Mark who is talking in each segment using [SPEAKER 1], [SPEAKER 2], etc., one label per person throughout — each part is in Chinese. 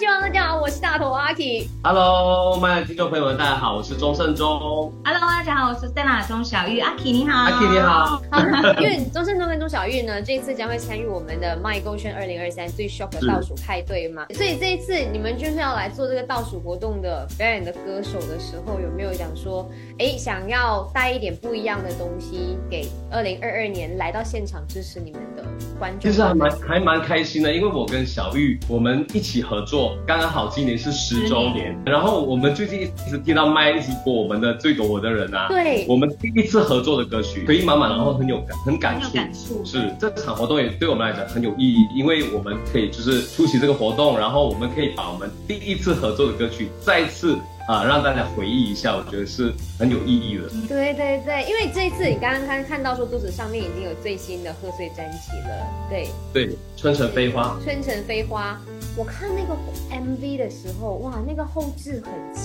[SPEAKER 1] 希望大家好，我是大头阿 K。
[SPEAKER 2] Hello，麦的听众朋友们，大家好，我是钟胜忠。啊
[SPEAKER 3] Hello，大家好，我是 Stella 钟小玉，阿 K 你好，
[SPEAKER 2] 阿 K 你好，
[SPEAKER 1] 好，因为钟胜忠跟钟小玉呢， 这一次将会参与我们的麦勾圈二零二三最 shock 的
[SPEAKER 2] 是
[SPEAKER 1] 倒数派对嘛，所以这一次你们就是要来做这个倒数活动的表演的歌手的时候，有没有想说，哎，想要带一点不一样的东西给二零二二年来到现场支持你们的观众？
[SPEAKER 2] 其实还蛮还蛮开心的，因为我跟小玉我们一起合作，刚刚好今年是十周年，然后我们最近一直听到麦一直播我们的最懂我的人啊，
[SPEAKER 1] 对，
[SPEAKER 2] 我们第一次合作的歌曲，回忆满满，然后很有感很感
[SPEAKER 3] 很有
[SPEAKER 2] 触。
[SPEAKER 3] 感触，
[SPEAKER 2] 是这场活动也对我们来讲很有意义，因为我们可以就是出席这个活动，然后我们可以把我们第一次合作的歌曲再次啊、让大家回忆一下，我觉得是很有意义的。
[SPEAKER 1] 对对对，因为这一次你刚刚看看到说肚子上面已经有最新的贺岁专辑了，对，
[SPEAKER 2] 对，春城飞花。
[SPEAKER 1] 春城飞花，我看那个 MV 的时候，哇，那个后置很强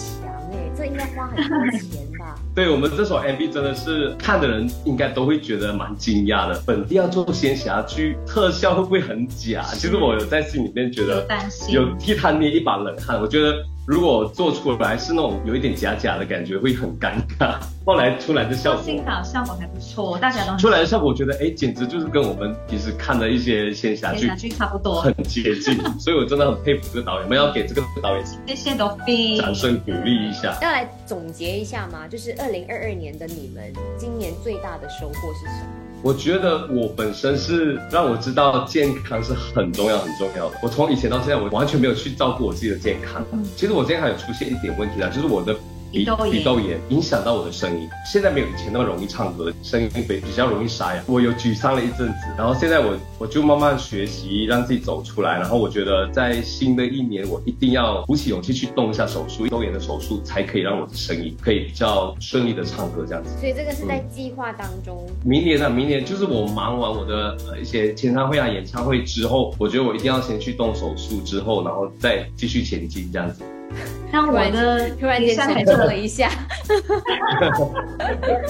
[SPEAKER 1] 哎、这应该花很多钱 吧？
[SPEAKER 2] 对我们这首 MV 真的是看的人应该都会觉得蛮惊讶的。本地要做仙侠剧，特效会不会很假？其实我有在心里面觉
[SPEAKER 3] 有
[SPEAKER 2] 得
[SPEAKER 3] 担心，
[SPEAKER 2] 有替他捏一把冷汗。我觉得如果做出来是那种有一点假假的感觉，会很尴尬。 后来出来的效果，
[SPEAKER 3] 幸好效果还不错，大家都很
[SPEAKER 2] 出来的效果，我觉得哎，简直就是跟我们平时看的一些仙侠
[SPEAKER 3] 天
[SPEAKER 2] 剧
[SPEAKER 3] 哪，剧差不多，
[SPEAKER 2] 很接近。所以我真的很佩服这个导演，我们要给这个导演
[SPEAKER 3] 谢谢罗宾，
[SPEAKER 2] 掌声鼓励一下。
[SPEAKER 1] 要来总结一下吗？就是二零二二年的你们，今年最大的收获是什么？
[SPEAKER 2] 我觉得我本身是让我知道健康是很重要、很重要的。我从以前到现在，我完全没有去照顾我自己的健康。
[SPEAKER 3] 嗯
[SPEAKER 2] 其实我健康有出现一点问题啦，就是我的
[SPEAKER 3] 鼻窦炎
[SPEAKER 2] 鼻窦炎影响到我的声音，现在没有以前那么容易唱歌，声音比比较容易沙哑。我有沮丧了一阵子，然后现在我我就慢慢学习，让自己走出来。然后我觉得在新的一年，我一定要鼓起勇气去动一下手术，窦炎的手术才可以让我的声音可以比较顺利的唱歌这样子。
[SPEAKER 1] 所以这个是在计划当中，
[SPEAKER 2] 明年啊，明年就是我忙完我的呃一些签唱会啊、演唱会之后，我觉得我一定要先去动手术，之后然后再继续前进这样子。
[SPEAKER 3] 但我的
[SPEAKER 1] 突然间沉重了一下。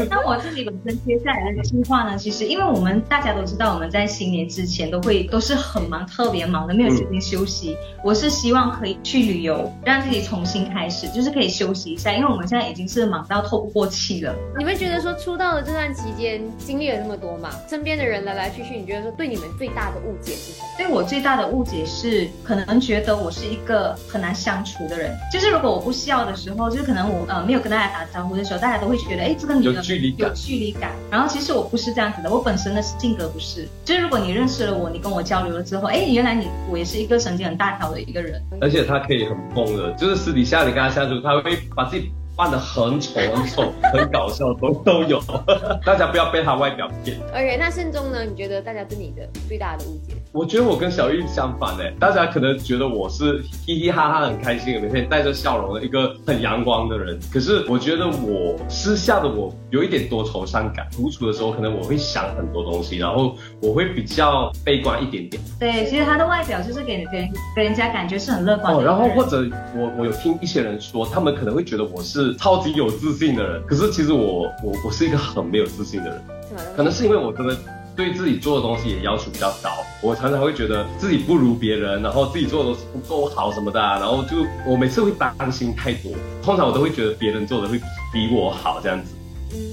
[SPEAKER 3] 那我自己本身接下来的计划呢，其实因为我们大家都知道，我们在新年之前都会都是很忙，特别忙的，没有时间休息。我是希望可以去旅游，让自己重新开始，就是可以休息一下，因为我们现在已经是忙到透不过气了。
[SPEAKER 1] 你们觉得说出道的这段期间经历了那么多嘛？身边的人来来去去，你觉得说对你们最大的误解是什么？
[SPEAKER 3] 对我最大的误解是，可能觉得我是一个很难相处的人，就是如果我不笑的时候，就是可能我呃没有跟大家打招呼的时候，大家都会觉得，哎，这个女的
[SPEAKER 2] 有距离感
[SPEAKER 3] 有距离感。然后其实我不是这样子的，我本身的性格不是，就是如果你认识了我，你跟我交流了之后，哎，原来你我也是一个神经很大条的一个人，
[SPEAKER 2] 而且他可以很疯的，就是私底下你跟他相处，他会把自己扮得很丑、很丑、很搞笑，都都有。 大家不要被他外表骗。
[SPEAKER 1] OK，那慎重呢？你觉得大家对你的最大的误解？
[SPEAKER 2] 我觉得我跟小玉相反哎，大家可能觉得我是嘻嘻哈哈很开心，每天带着笑容的一个很阳光的人。可是我觉得我私下的我有一点多愁善感，独处的时候可能我会想很多东西，然后我会比较悲观一点点
[SPEAKER 3] 对，其实她的外表就是给给给人家感觉是很乐观的
[SPEAKER 2] 哦。
[SPEAKER 3] 一个
[SPEAKER 2] 然
[SPEAKER 3] 人、
[SPEAKER 2] 后或者我我有听一些人说，他们可能会觉得我是超级有自信的人，可是其实我我我是一个很没有自信的人。
[SPEAKER 1] 是吗？
[SPEAKER 2] 可能是因为我真的对自己做的东西也要求比较高，我常常会觉得自己不如别人，然后自己做的东西不够好什么的啊、然后就我每次会担心太多，通常我都会觉得别人做的会比我好这样子。
[SPEAKER 1] 嗯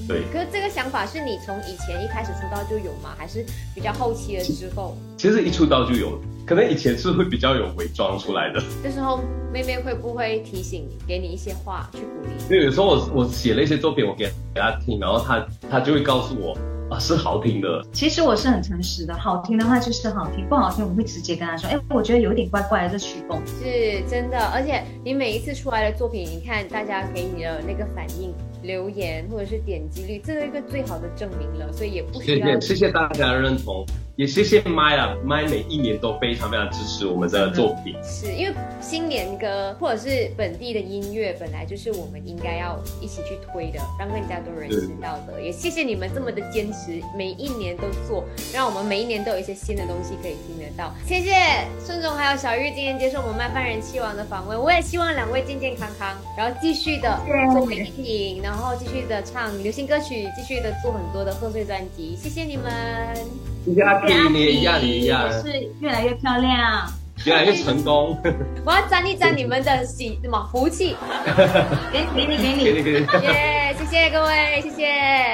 [SPEAKER 2] 对
[SPEAKER 1] 可是这个想法是你从以前一开始出道就有吗？还是比较后期了之后？
[SPEAKER 2] 其实一出道就有，可能以前是会比较有伪装出来的，
[SPEAKER 1] 这时候妹妹会不会提醒你，给你一些话去鼓励？
[SPEAKER 2] 因为有时候我我写了一些作品，我给给他听，然后他他就会告诉我啊是好听的，
[SPEAKER 3] 其实我是很诚实的，好听的话就是好听，不好听我会直接跟她说，哎，我觉得有点怪怪的这曲风。
[SPEAKER 1] 是真的，而且你每一次出来的作品，你看大家给你的那个反应、留言或者是点击率，这是一个最好的证明了，所以也不
[SPEAKER 2] 谢
[SPEAKER 1] 需要
[SPEAKER 2] 谢谢谢大家的认同，也谢谢麦啊麦每一年都非常非常支持我们的作品。
[SPEAKER 1] 是因为新年歌或者是本地的音乐，本来就是我们应该要一起去推的，让更加多人知道的。也谢谢你们这么的坚持，每一年都做，让我们每一年都有一些新的东西可以听得到。谢谢顺总还有小玉今天接受我们麦饭人气王的访问，我也希望两位健健康康，然后继续的
[SPEAKER 3] 谢
[SPEAKER 1] 做媒体，然后继续的唱流行歌曲，继续的做很多的贺岁专辑。谢谢你们。
[SPEAKER 2] 谢谢阿 K，你也一
[SPEAKER 3] 亚
[SPEAKER 2] 样，你也一样。
[SPEAKER 3] 是越来越漂亮。
[SPEAKER 2] 越来越成功。
[SPEAKER 1] 我要沾一沾你们的喜什么福气，
[SPEAKER 3] 给你给你给
[SPEAKER 2] 给
[SPEAKER 3] 你
[SPEAKER 2] 你，给你。
[SPEAKER 1] 耶、谢谢各位，谢谢。